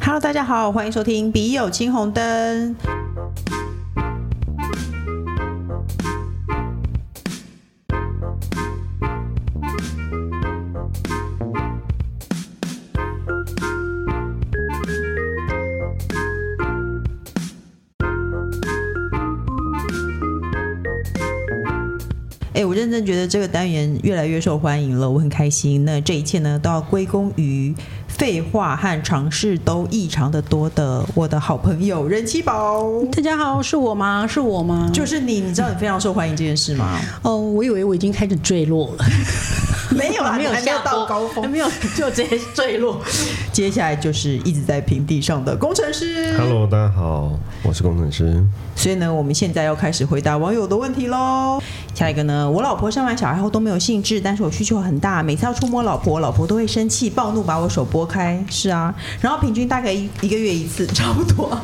Hello，大家好，欢迎收听《笔友青红灯》。哎、我认真觉得这个单元越来越受欢迎了，我很开心。那这一切呢，都要归功于废话和尝试都异常的多的我的好朋友人气宝，大家好，是我吗？是我吗？就是你。你知道你非常受欢迎这件事吗？哦，我以为我已经开始坠落了， 没有啦， 没你有还没有下到坡高还峰。 没有就直接坠落。接下来就是一直在平地上的工程师。 Hello，大家好，我是工程师。所以呢，我们现在要开始回答网友的问题喽。下一个呢，我老婆生完小孩后都没有兴致，但是我需求很大，每次要触摸老婆，老婆都会生气暴怒，把我手拨开。是啊，然后平均大概一一个月一次，差不多。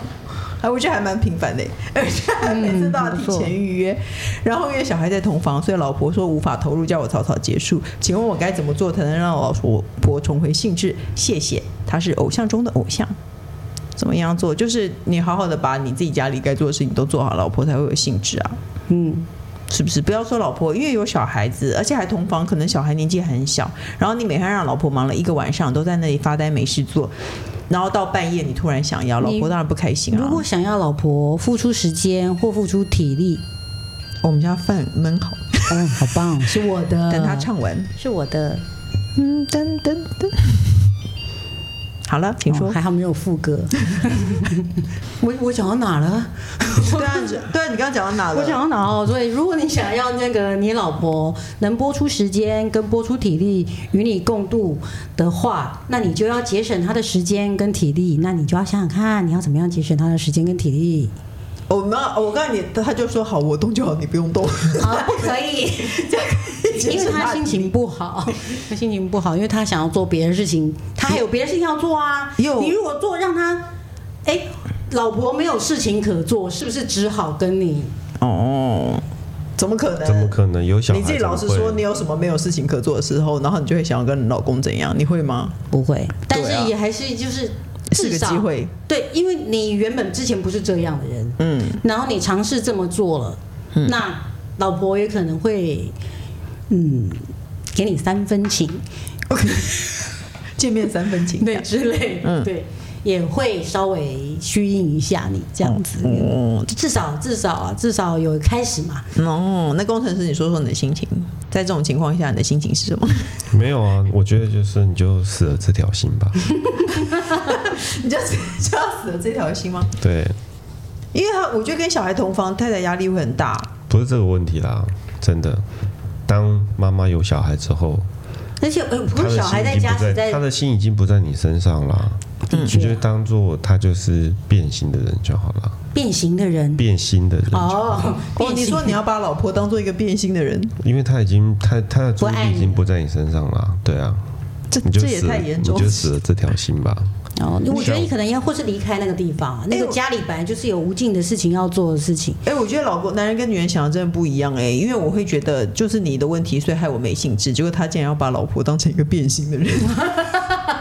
哎，我觉得还蛮频繁的，而且还每次都要提前预约。然后因为小孩在同房，所以老婆说无法投入，叫我草草结束。请问我该怎么做才能让我老婆重回兴致？谢谢，他是偶像中的偶像。怎么样做？就是你好好的把你自己家里该做的事情都做好，老婆才会有兴致啊，嗯，是不是？不要说老婆，因为有小孩子，而且还同房，可能小孩年纪很小，然后你每天让老婆忙了一个晚上，都在那里发呆没事做，然后到半夜你突然想要，老你婆当然不开心啊。如果想要老婆付出时间或付出体 力，我们家饭焖好，嗯，好棒，是我的。等他唱完，是我的。嗯，噔噔噔。好了，请说。哦还好没有副 歌。 我我讲到哪了？对啊，对啊，你刚刚讲到 哪了？我讲到哪哦？所以如果你想要那个你老婆能播出时间跟播出体力与你共度的话，那你就要节省她的时间跟体力，那你就要想想看你要怎么样节省她的时间跟体力。哦我们我告诉你，他就说好，我动就好，你不用动。啊，不可以， 因为他心情不好，他心情不好，因为他想要做别的事情，他还有别的事情要做啊。有你如果做让他，哎、老婆没有事情可做，是不是只好跟你？哦，怎么可能？怎么可能有小孩？你自己老实说，你有什么没有事情可做的时候，然后你就会想要跟你老公怎样？你会吗？不会，但对啊是也还是就是是至个少机。会，对，因为你原本之前不是这样的人，嗯，然后你尝试这么做了，那老婆也可能会，嗯，给你三分情，见面三分 情，对之类，嗯对，也会稍微虚应一下你这样子，哦至少至少啊，至少有开始嘛。哦，那工程师，你说说你的心情，在这种情况下，你的心情是什么？没有啊？我觉得就是你就死了这条心 吧。 你就就要死了这条心吗？对，因为他，我觉得跟小孩同房，太太压力会很大。不是这个问题啦，真的。当妈妈有小孩之后，而且，呃，不她过的小孩心已在经家不是在在，她的心已经不在你身上啦。的你就确当做她就是变心的人就好了，变形的人变心的人就好，哦，哦，变你形说你要把老婆当做一个变心的人，因为她已经她她的注意不爱你力已经不在你身上啦。对啊，这你就这也死了太严重你就。死了这条心 吧。哦，我觉得你可能要或是离开那个地方，啊那哎个我家里本来就是有无尽的事情要做的事情。哎、我觉得老公男人跟女人想的真的不一样哎、因为我会觉得就是你的问题，所以害我没兴致。结果他竟然要把老婆当成一个变心的人，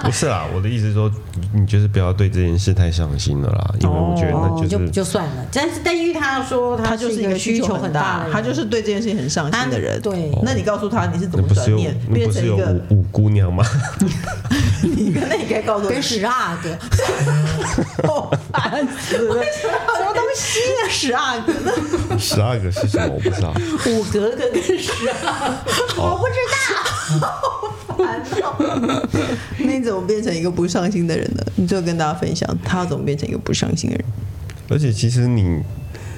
不是啦，我的意思是说，你就是不要对这件事太上心了啦，因为我觉得那哦，就就是就算了，但是但因为他说他他就是一个需需求很很大的人，他就是对这件事情很上他心的人。，对，那你告诉他你是怎那么不是转有念那变不成是一有个，五五姑娘吗？ 你那你该告诉跟他十二个， 哦，烦死了，什么东西啊，十二个，十二个是什么？我不知道。五格格跟十二，我不知道，好烦哦。 那你怎么变成一个不上心的人呢？你就跟大家分享他怎么变成一个不上心的人。而且其实你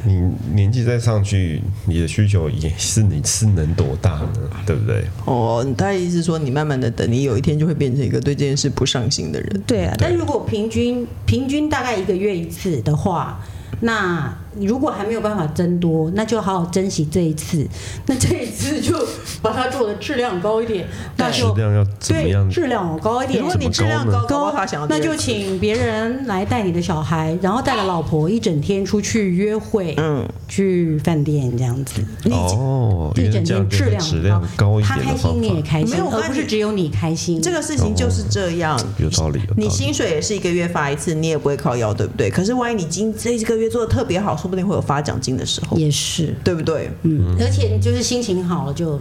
你年纪再上去，你的需求也是你是能多大呢？对不对？哦，他的意思是说，你慢慢的等，你有一天就会变成一个对这件事不上心的人。对啊。对但如果平均平均大概一个月一次的话，那如果还没有办法增多，那就好好珍惜这一次。那这一次就把它做的质量高一点，那质就量要怎么样？质量高一点如。果你质量怎么高，高高他想要第那二就次请别人来带你的小孩，然后带了老婆一整天出去约会，嗯，去饭店这样子。你哦，一原来整这样天质就是量质量高一他点的开方心你也法，开没心，有我而跟不是你只有你开心。这个事情就是这样。有道理。有道理你薪水也是一个月发一次，你也不会靠腰，对不对？可是万一你今这一个月做的特别好，说不定会有发奖金的时候，也是，对不对？嗯，而且你就是心情好了就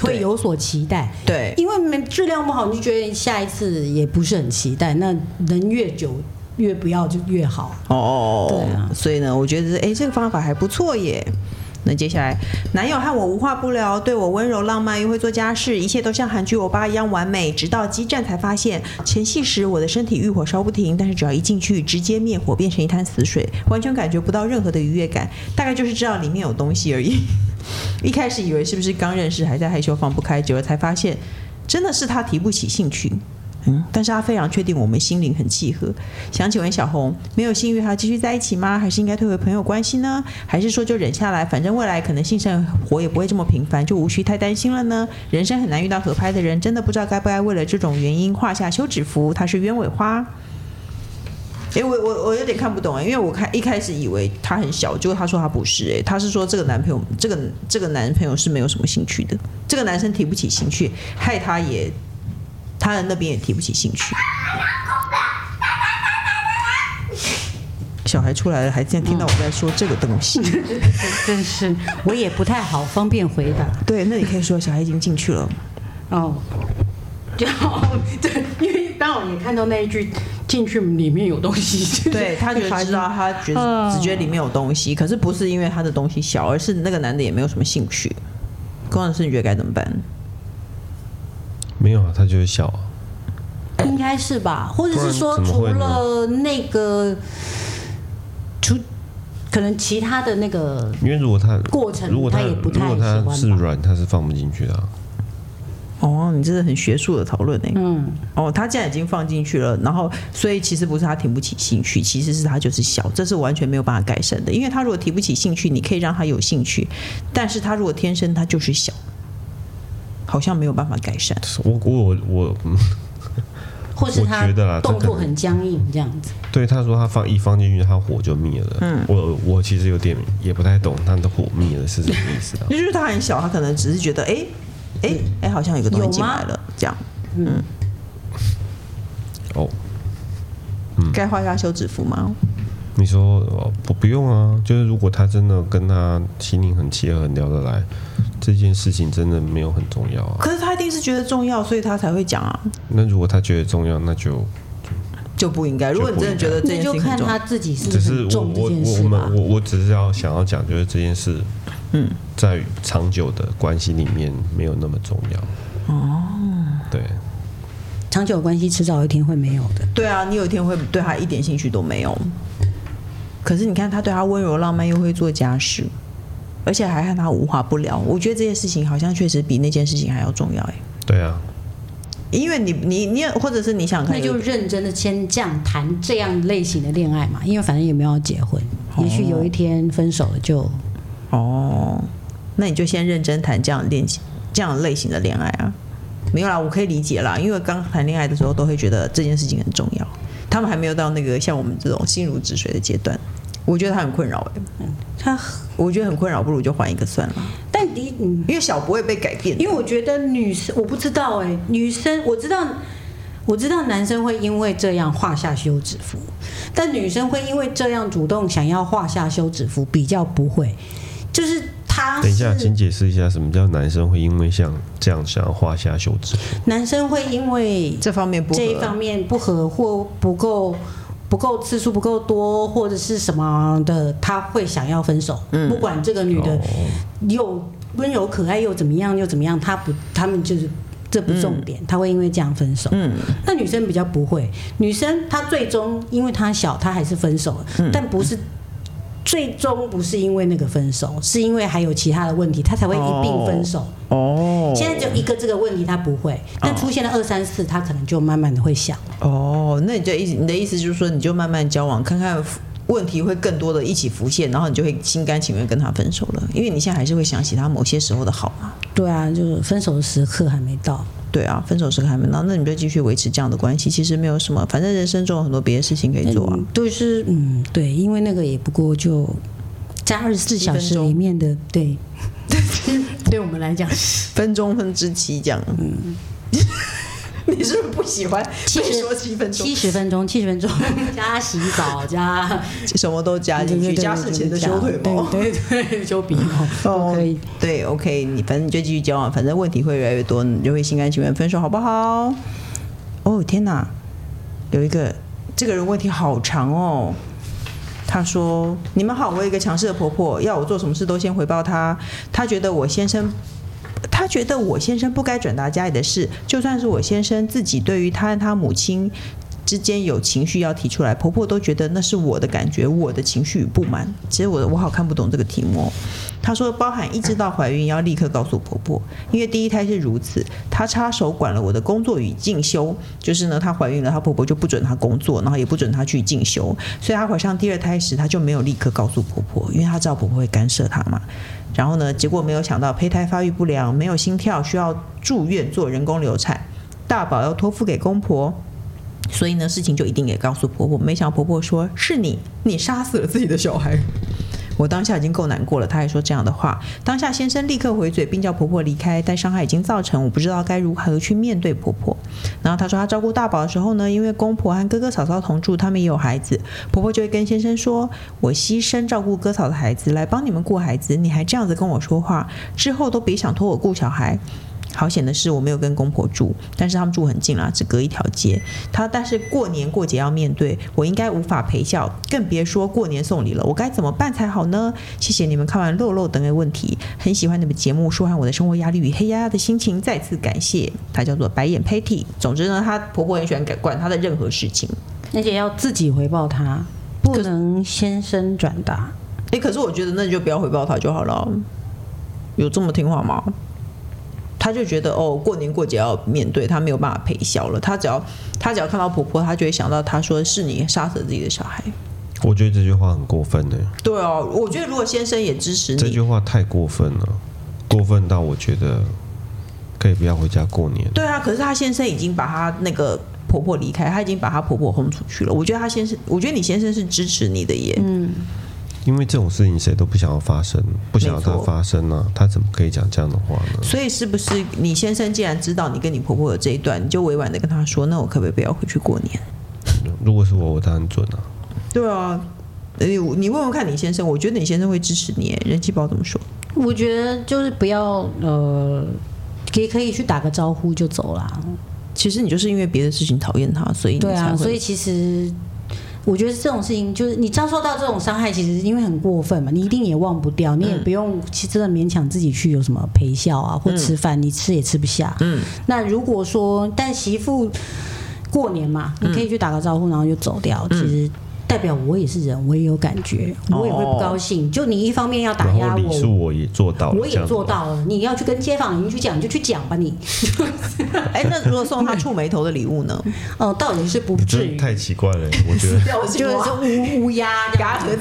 会对有所期待。对，因为没质量不好，你就觉得下一次也不是很期待。那人越久越不要就越好。哦，对啊所以呢，我觉得哎，这个方法还不错耶。那接下来，男友和我无话不聊，对我温柔浪漫，又会做家事，一切都像韩剧欧巴一样完美。直到激战才发现，前戏时我的身体欲火烧不停，但是只要一进去，直接灭火，变成一滩死水，完全感觉不到任何的愉悦感，大概就是知道里面有东西而已。 一开始以为是不是刚认识还在害羞放不开，久了才发现，真的是他提不起兴趣。嗯，但是他非常确定我们心灵很契合。想请问小红，没有性欲还要继续在一起吗？还是应该退回朋友关系呢？还是说就忍下来，反正未来可能性生活也不会这么频繁，就无需太担心了呢？人生很难遇到合拍的人，真的不知道该不该为了这种原因画下休止符。他是鸢尾花。诶，我我我有点看不懂哎、因为我看一开始以为他很小，结果他说他不是哎、他是说这个男朋友，这个这个男朋友是没有什么兴趣的，这个男生提不起兴趣，害他也他人那边也提不起兴趣。小孩出来了，还竟然听到我在说这个东西。嗯真是，我也不太好方便回答。 对，那你可以说小孩已经进去了。哦， 就对，因为刚好也看到那一句进去里面有东西，对他觉得知道，他觉得嗯只觉得里面有东西，可是不是因为他的东西小，而是那个男的也没有什么兴趣。工程师，你觉得该怎么办？没有啊，他就是小啊，应该是吧？或者不是然说，怎么除会呢了那个，除可能其他的那个因为如果他过程，如果他他也不太如果喜欢他吧。是软，他是放不进去的啊、哦，你这是很学术的讨论哎。嗯，哦，他既然已经放进去了，然后所以其实不是他提不起兴趣，其实是他就是小，这是完全没有办法改善的。因为他如果提不起兴趣，你可以让他有兴趣，但是他如果天生他就是小，好像没有办法改善。我我我，嗯或是他我觉得啦这动可作能很僵硬这样子。对他说他放一放进去，他火就灭了。嗯，我我其实有点也不太懂他的火灭了是什么意思 ？啊也就是他很小，他可能只是觉得哎哎哎，好像有个嗯东西有进吗来了，这样哦，该画下休止符吗？你说哦不不用啊，就是如果他真的跟他心灵很契合、很聊得来，这件事情真的没有很重要啊。可是他一定是觉得重要，所以他才会讲啊，那如果他觉得重要，那就就不应该。如果你真的觉得这那件事就情看很重他要，自己是不只是是很我重这我件我事我吧们。我我只是要想要讲，就是这件事，嗯，在长久的关系里面没有那么重要。哦，对，长久的关系迟早有一天会没有的。对啊，你有一天会对他一点兴趣都没有。可是你看，他对他温柔浪漫，又会做家事，而且还和他无话不聊。我觉得这件事情好像确实比那件事情还要重要哎，对啊，因为你你你，或者是你想看那有，就认真的先这样谈这样类型的恋爱嘛，因为反正也没有要结婚，也许有一天分手了就哦，那你就先认真谈这样的恋情，这样类型的恋爱啊。没有啦，我可以理解啦，因为刚谈恋爱的时候都会觉得这件事情很重要，他们还没有到那个像我们这种心如止水的阶段，我觉得他很困扰哎、他。我觉得很困扰，不如就换一个算了，但你嗯，因为小不会被改变的。因为我觉得女生我不知道哎、女生我知道。我知道男生会因为这样画下休止符，但女生会因为这样主动想要画下休止符，比较不会。就是他等一下，啊是请解释一下什么叫男生会因为像这样想要画下休止符？男生会因为这方面不合这一方面不合或不够不够次数不够多或者是什么的，他会想要分手。嗯不管这个女的哦又温柔可爱又怎么样又怎么样，他不他们就是。这不重点，嗯他会因为这样分手。嗯，那女生比较不会，女生她最终因为她小，她还是分手了，嗯但不是最终不是因为那个分手，是因为还有其他的问题，她才会一并分手。哦现在只有一个这个问题，他不会，但出现了二三四，他可能就慢慢的会想。哦，那你就意思你的意思就是说，你就慢慢交往，看看问题会更多的一起浮现，然后你就会心甘情愿跟他分手了，因为你现在还是会想起他某些时候的好嘛。对啊，就是分手的时刻还没到。对啊，分手时刻还没到，那你就继续维持这样的关系，其实没有什么，反正人生中有很多别的事情可以做啊。嗯就是嗯，对，因为那个也不过就在二十四小时里面的，对， 对我们来讲，分钟分之七这样。嗯， 你是不是不喜欢其被实说七分钟 七？十分钟，七十分 钟加洗澡加什么都加进去，加事前的修腿毛。对对对， 修鼻毛都可以。哦对，OK，你反正你就继续交往，反正问题会越来越多，你就会心甘情愿分手，好不好？哦天哪，有一个这个人问题好长哦。他说：“你们好，我有一个强势的婆婆，要我做什么事都先回报她。她觉得我先生，她觉得我先生不该转达家里的事，就算是我先生自己对于他和他母亲之间有情绪要提出来，婆婆都觉得那是我的感觉，我的情绪与不满。其实我我好看不懂这个题目、哦。她说，包含一知道怀孕要立刻告诉婆婆，因为第一胎是如此。她插手管了我的工作与进修，就是呢，她怀孕了，她婆婆就不准她工作，然后也不准她去进修，所以她怀上第二胎时，她就没有立刻告诉婆婆，因为她知道婆婆会干涉她嘛。然后呢，结果没有想到胚胎发育不良，没有心跳，需要住院做人工流产，大宝要托付给公婆。所以呢，事情就一定也告诉婆婆。没想到婆婆说：“是你，你杀死了自己的小孩。”我当下已经够难过了，她还说这样的话。当下先生立刻回嘴，并叫婆婆离开，但伤害已经造成，我不知道该如何去面对婆婆。然后她说，她照顾大宝的时候呢，因为公婆和哥哥嫂嫂同住，他们也有孩子，婆婆就会跟先生说：“我牺牲照顾哥嫂的孩子来帮你们顾孩子，你还这样子跟我说话，之后都别想托我顾小孩。”好险的是，我没有跟公婆住，但是他们住很近啦，只隔一条街。他但是过年过节要面对，我应该无法陪笑，更别说过年送礼了。我该怎么办才好呢？谢谢你们看完肉肉等的问题，很喜欢你们节目，舒缓我的生活压力与黑压压的心情，再次感谢。她叫做白眼 Patty。总之呢，她婆婆很喜欢管管她的任何事情。而且要自己回报他，不能先生转达。诶，可是我觉得那你就不要回报她就好了。有这么听话吗？她就觉得哦，过年过节要面对，她没有办法陪笑了。她只要她只要看到婆婆，她就会想到她说是你杀死了自己的小孩。我觉得这句话很过分欸呢、对哦，我觉得如果先生也支持这你，句话太过分了，过分到我觉得可以不要回家过年。对啊，可是她先生已经把她那个婆婆离开，她已经把她婆婆轰出去了。我觉得她先生，我觉得你先生是支持你的耶。嗯，因为这种事情谁都不想要发生，不想要它发生啊，他怎么可以讲这样的话呢？所以是不是你先生既然知道你跟你婆婆有这一段，你就委婉的跟她说，那我可不可以不要回去过年？如果是我，我当然准啊。对啊，呃你你问问看你先生，我觉得你先生会支持你耶。人气宝怎么说？我觉得就是不要呃，也可以去打个招呼就走啦。其实你就是因为别的事情讨厌他，所以你对才啊，会所以其实我觉得这种事情，就是你遭受到这种伤害，其实因为很过分嘛，你一定也忘不掉，嗯你也不用其实真的勉强自己去有什么陪笑啊或吃饭，你吃也吃不下。啊嗯，那如果说，但媳妇过年嘛，嗯你可以去打个招呼，然后就走掉，其实。代表我也是人，我也有感觉，我也会不高兴。就你一方面要打哦然压我，后礼数我也做到了，我这也样子做。到了。你要去跟街坊邻居讲，你就去讲吧你。哎、那如果送他触眉头的礼物呢？哦、倒也是不你至真于的，太奇怪了，我觉得就是乌乌鸦这样子。盒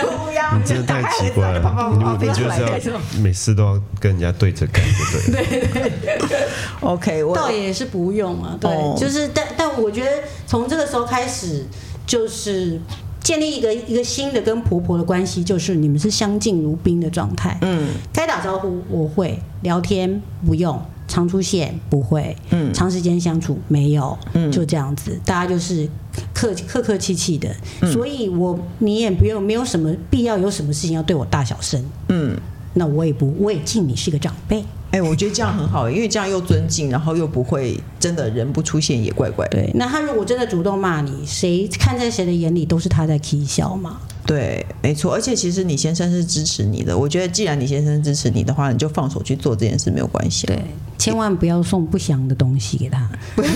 子，乌鸦你真的太奇怪打开 了，盒你子然后你飞就出来是要每次都要跟人家对着干，对 不对？ OK，我倒也是不用啊，对，哦就是但但我觉得从这个时候开始，就是建立一个一个新的跟婆婆的关系，就是你们是相敬如宾的状态。嗯该打招呼我会，聊天不用，常出现不会，嗯长时间相处没有，嗯就这样子，大家就是客客客气气的，嗯所以我你也不用没有什么必要有什么事情要对我大小声，嗯，那我也不我也敬你是个长辈，哎、我觉得这样很好，因为这样又尊敬，然后又不会真的人不出现也怪怪的。对，那他如果真的主动骂你，谁看在谁的眼里都是他在 k 笑嘛。对，没错。而且其实你先生是支持你的，我觉得既然你先生支持你的话，你就放手去做这件事没有关系。，对，千万不要送不祥的东西给他，对，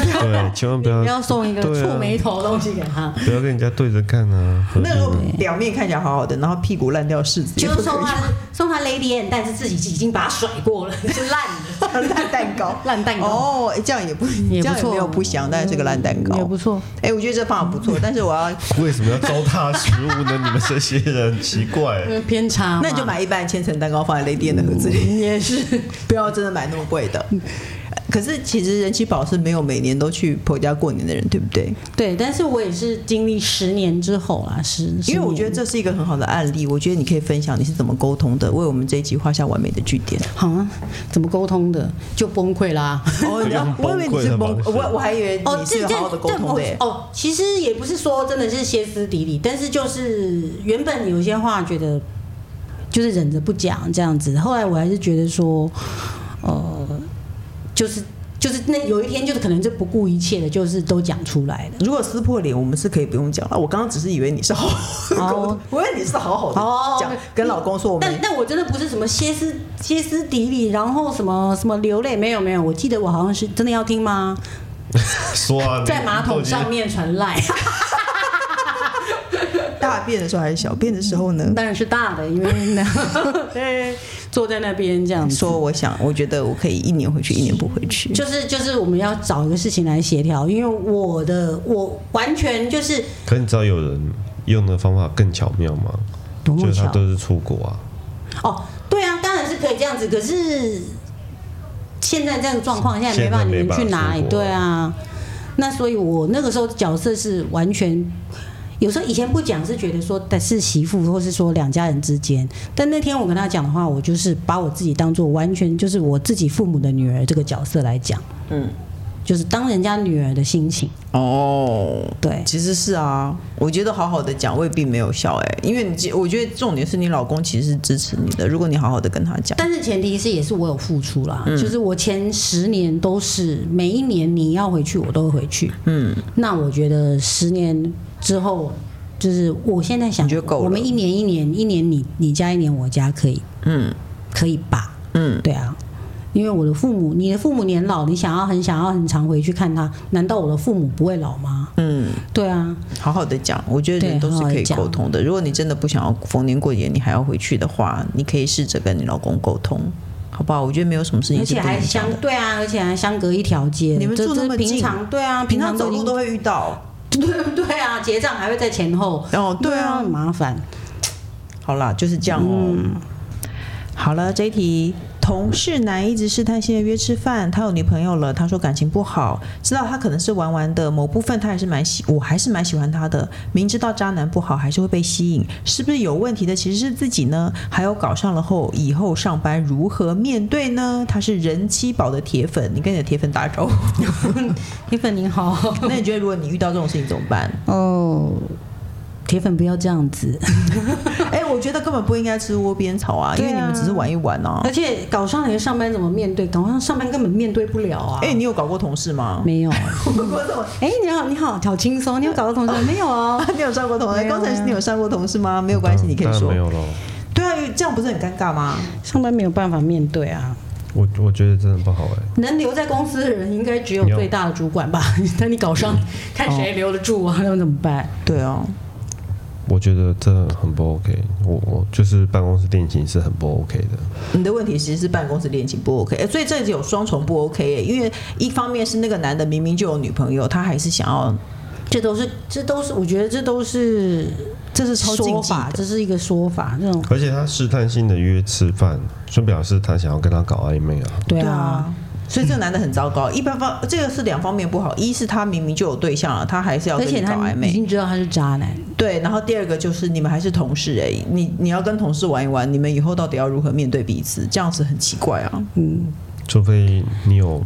千万不呃不要啊要送一个对啊触眉头的东西给 他。不要跟人家对着干啊！ 何必那如果呢？表面看起来好好的，然后屁股烂掉柿子也就不可以，送他送他 Lady N，但是自己已经把它甩过了，是烂的。烂蛋糕。烂蛋糕哦，这样也不，也这样不也错，没有不香，但是个烂蛋糕也不。错。哎，我觉得这方法 不错，但是我要，为什么要糟蹋食物呢？你们这些人很奇 怪。因为偏差嘛，那你就买一般千层蛋糕放在雷电的盒子里，也是不要真的买那么贵的。嗯可是其实人气宝是没有每年都去婆家过年的人，对不对？对，但是我也是经历十年之后啦，十，因为我十年觉得这是一个很好的案例，我觉得你可以分享你是怎么沟通的，为我们这一集画下完美的句 点。好啊，怎么沟通的就崩溃啦。哦，你要用我以为你是崩崩溃的，方式我我还以为你是好好的沟通的耶。哦哦，其实也不是说真的是歇斯底里，但是就是原本有些话觉得就是忍着不讲这样子，后来我还是觉得说，呃，就是就是那有一天就是可能就不顾一切的，就是都讲出来了。如果撕破脸，我们是可以不用讲了。我刚刚只是以为你是好好的沟通，我以为你是好好哦的讲，跟老公说我但 们但我真的不是什么歇斯歇斯底里，然后什么什么流泪，没有没有，我记得我好像是真的要听吗？说啊，你在马桶上，面传赖，大便的时候还是小便的时候呢？当然是大的，因为那 对坐在那边这样子。说我想，我觉得我可以一年回去，一年不回去。就是就是我们要找一个事情来协调，因为我的我完全就是可你知道有人用的方法更巧妙吗？多么就是他巧都是出国啊，哦，对啊，当然是可以这样子，可是现在这样的状况，现在没办法，现在你没们办法去哪里？出国对啊，那所以我那个时候角色是完全。有时候以前不讲是觉得说，但是媳妇或是说两家人之间，但那天我跟他讲的话，我就是把我自己当做完全就是我自己父母的女儿这个角色来讲，嗯，就是当人家女儿的心情，哦，对，其实是啊，我觉得好好的讲未必没有效哎、因为你记我觉得重点是你老公其实是支持你的，如果你好好的跟他讲，但是前提是也是我有付出啦，嗯就是我前十年都是每一年你要回去我都会回去，嗯，那我觉得十年之后，就是我现在想，你觉得够了我们一年一年一年你你家一年我家可以嗯可以吧？嗯，对啊，因为我的父母，你的父母年老，你想要很想要很常回去看他，难道我的父母不会老吗？嗯，对啊，好好的讲，我觉得人对都是可以好好沟地讲通的。如果你真的不想要逢年过节你还要回去的话，你可以试着跟你老公沟通，好不好？我觉得没有什么事而情是且不还能相讲的。对啊，而且还相隔一条街，你们这住那这么近平常对啊，平常常走已路经都会遇到，对不 对啊？结账还会在前后。哦，对啊很，麻烦。好啦，就是这样哦。好了，这一题，同事男一直试探性的约吃饭，他有女朋友了，他说感情不好，知道他可能是玩玩的，某部分他还是蛮喜，我还是蛮喜欢他的，明知道渣男不好，还是会被吸引，是不是有问题的其实是自己呢？还有搞上了后，以后上班如何面对呢？他是人妻宝的铁粉，你跟你的铁粉打招呼。铁粉你好，那你觉得如果你遇到这种事情怎么办？哦，铁粉不要这样子，哎、我觉得根本不应该吃窝边草啊，因为对啊你们只是玩一玩啊。而且搞上来上班怎么面对？搞上上班根本面对不了啊。哎、你有搞过同事吗？没有。我过这么 哎、你好，你好，好轻松。你有搞到同 事没有哦？啊你有上过同事？没有刚才是你有上过同事吗？没有没关系，你可以说没。有喽。对啊，这样不是很尴尬吗？上班没有办法面对啊。我我觉得真的不好哎、能留在公司的人，应该只有没有最大的主管 吧？但你搞上，看谁留得住啊？ 那怎么办？对啊，我觉得这很不 OK 我。我就是办公室恋情是很不 OK 的，你的问题其实是办公室恋情不 OK，、哎，所以这有双重不 OK，、哎，因为一方面是那个男的明明就有女朋友，他还是想要，这都是，这都是，我觉得这都是这是超禁说忌法，的这是一个说法。这种而且他试探性的约吃饭，就表示他想要跟他搞暧昧啊。对对啊，啊。所以这个男的很糟糕，一般方这个是两方面不好，一是他明明就有对象了，他还是要而跟且你搞他暧已昧，经知道他是渣男。对。然后第二个就是你们还是同事哎、你你要跟同事玩一玩，你们以后到底要如何面对彼此？这样子很奇怪啊。除非你有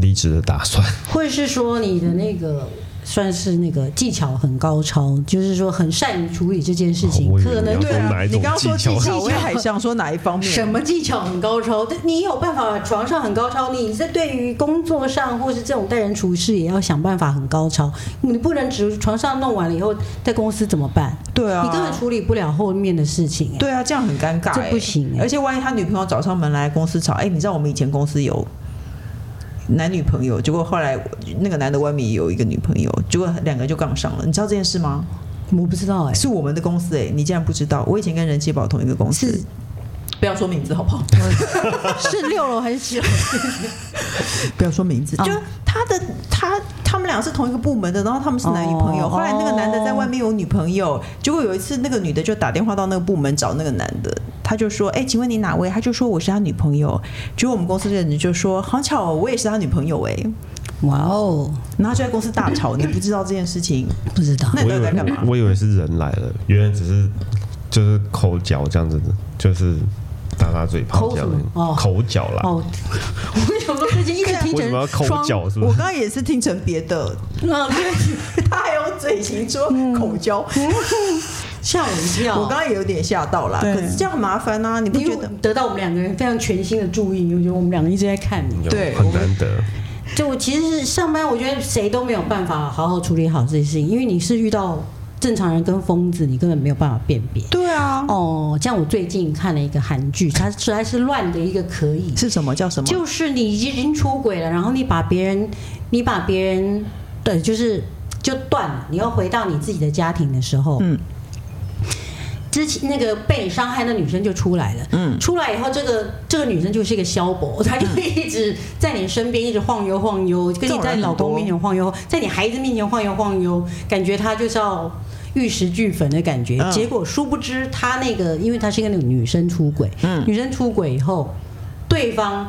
离职的打算，或者是说你的那个算是那个技巧很高超，就是说很善于处理这件事情，哦我以为可你能要对说啊。哪一种你刚刚说技巧技 巧，我也还想说哪一方面？什么技巧很高超？但你有办法床上很高超，你在对于工作上或是这种待人处事也要想办法很高超。你不能只床上弄完了以后在公司怎么办？对啊，你根本处理不了后面的事情、哎对啊，这样很尴尬、欸，这不行欸而且万一他女朋友找上门来公司吵，哎、你知道我们以前公司有男女朋友，结果后来那个男的外面也有一个女朋友，结果两个就杠上了，你知道这件事吗？我不知道 哎、欸是我们的公司哎、你竟然不知道？我以前跟人气宝同一个公司是，不要说名字好不好？是六楼还是 七楼？不要说名字，啊就是他的他他们俩是同一个部门的，然后他们是男女朋友。哦后来那个男的在外面有女朋友，结果有一次那个女的就打电话到那个部门找那个男的，他就说：“哎、请问你哪位？”他就说：“我是他女朋友。”结果我们公司的人就说：“好巧哦，我也是他女朋友哎、哇哦，然后就在公司大吵，你不知道这件事情，不知道 那我你到以底在为干嘛？我以为是人来了，原来只是就是抠脚这样子的，就是打打嘴炮这样抠什么哦的，口角啦。哦，我为什么最 近一直听为什么要成抠双？脚？是不我是？刚刚也是听成别的， 啊，对，他还有嘴型说口交，吓我一跳。我刚刚也有点吓到啦。对可是这样很麻烦啊，你不因觉为得？得到我们两个人非常全新的注意，我觉得我们两个一直在看你。有对很难得。就我其实是上班，我觉得谁都没有办法好好处理好这些事情，因为你是遇到正常人跟疯子，你根本没有办法辨别。对啊，哦，像我最近看了一个韩剧，它实在是乱的一个可以，是什么叫什么？就是你已经出轨了，然后你把别人，你把别人，对，就是就断了，你要回到你自己的家庭的时候，嗯之前那个被你伤害的女生就出来了，嗯出来以后，这个这个女生就是一个萧伯， 她就会一直在你身边一直晃悠晃悠，跟你在老公面前晃悠，在你孩子面前晃悠晃悠，感觉她就是要玉石俱焚的感觉。嗯结果殊不知，她那个因为她是跟那个女生出轨，嗯女生出轨以后，对方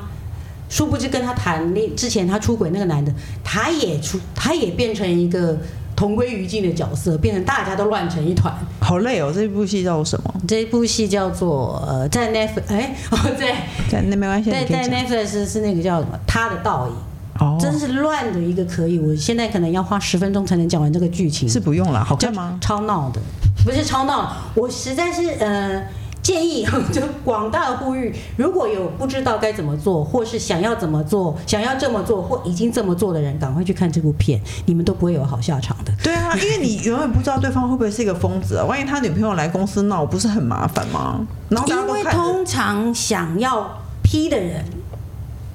殊不知跟她谈恋之前，她出轨那个男的，他也出，他也变成一个同归于尽的角色，变成大家都乱成一团。好累哦，这部戏叫什么？这部戏叫做呃，在 Netflix 哎 哦对。在那没关系，在你可以在讲 Netflix 是那个叫什么？他的倒影，哦，真是乱的一个可以。我现在可能要花十分钟才能讲完这个剧情，是不用了，好就看吗？超闹的，不是超闹。我实在是呃，建议 就广大的呼吁，如果有不知道该怎么做，或是想要怎么做、想要这么做或已经这么做的人，赶快去看这部片，你们都不会有好下场的。对 啊，因为你永远不知道对方会不会是一个疯子、啊，万一他女朋友来公司闹，不是很麻烦吗？然后大家因都为看着，通常想要批的人，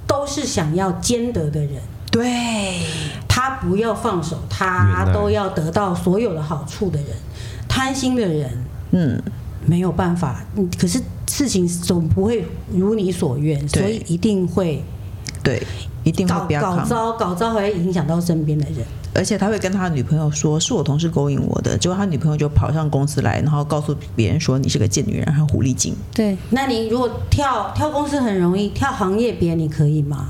都是想要兼得的人。对，他不要放手，他原来都要得到所有的好处的人，贪心的人嗯，没有办法。嗯可是事情总不会如你所愿，对所以一定会对，一定搞会不要搞扛，糟，搞糟还会影响到身边的人。而且他会跟他女朋友说是我同事勾引我的，结果他女朋友就跑上公司来，然后告诉别人说你是个贱女人和狐狸精，对，那你如果跳跳公司很容易，跳行业别你可以吗？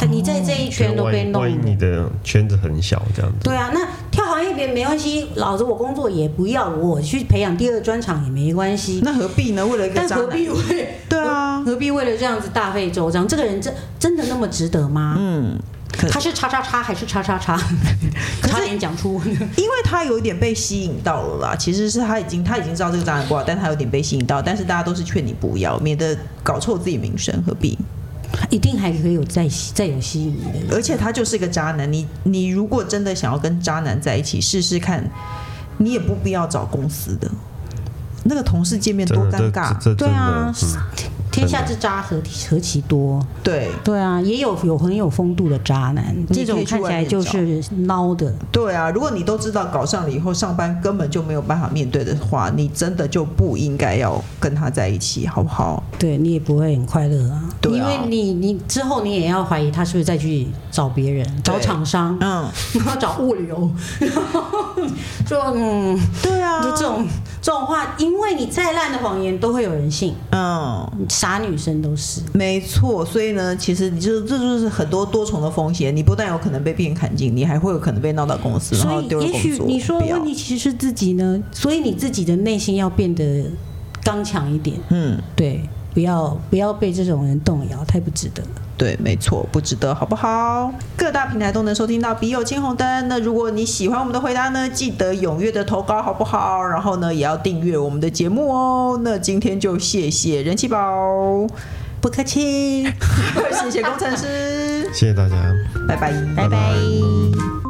但你在这一圈都万被一弄万一了你的圈子很小，这样子对啊，那跳行业别没关系，老子我工作也不要，我去培养第二专长也没关系。那何必呢？为了一个但渣男，何必为对啊，何必为了这样子大费周章？这个人真真的那么值得吗？嗯，可他是叉叉叉还是叉叉叉？可是差点讲出。因为他有点被吸引到了啦，其实是他已经他已经知道这个渣男不好，但他有点被吸引到，但是大家都是劝你不要，免得搞臭自己名声，何必？一定还可以有再吸再有吸引你的人。而且他就是一个渣男，你你如果真的想要跟渣男在一起试试看，你也不必要找公司的，那个同事见面多真的尴这尬这，这对真啊的，嗯天下之渣何何其多？对对啊，也有有很有风度的渣男，你这种可以去看起来就是孬的。对啊，如果你都知道搞上了以后上班根本就没有办法面对的话，你真的就不应该要跟他在一起，好不好？对你也不会很快乐啊，对因啊为你你之后你也要怀疑他是不是再去找别人、找厂商， 嗯，然后找物 流，然后就嗯，对啊，就这种这种话，因为你再烂的谎言都会有人信，嗯。傻女生都是。没错，所以呢，其实你就这就是很多多重的风险，你不但有可能被别人砍进，你还会有可能被闹到公司，然所后以丢了也工许作。你说不的要问题其实是自己呢，所以你自己的内心要变得刚强一点，嗯，对，不要不要被这种人动摇，太不值得了。对，没错，不值得，好不好？各大平台都能收听到《笔友青红灯》。那如果你喜欢我们的回答呢，记得踊跃的投稿，好不好？然后呢，也要订阅我们的节目哦。那今天就谢谢人气宝，不客气。 谢谢工程师，谢谢大家，拜拜。拜拜拜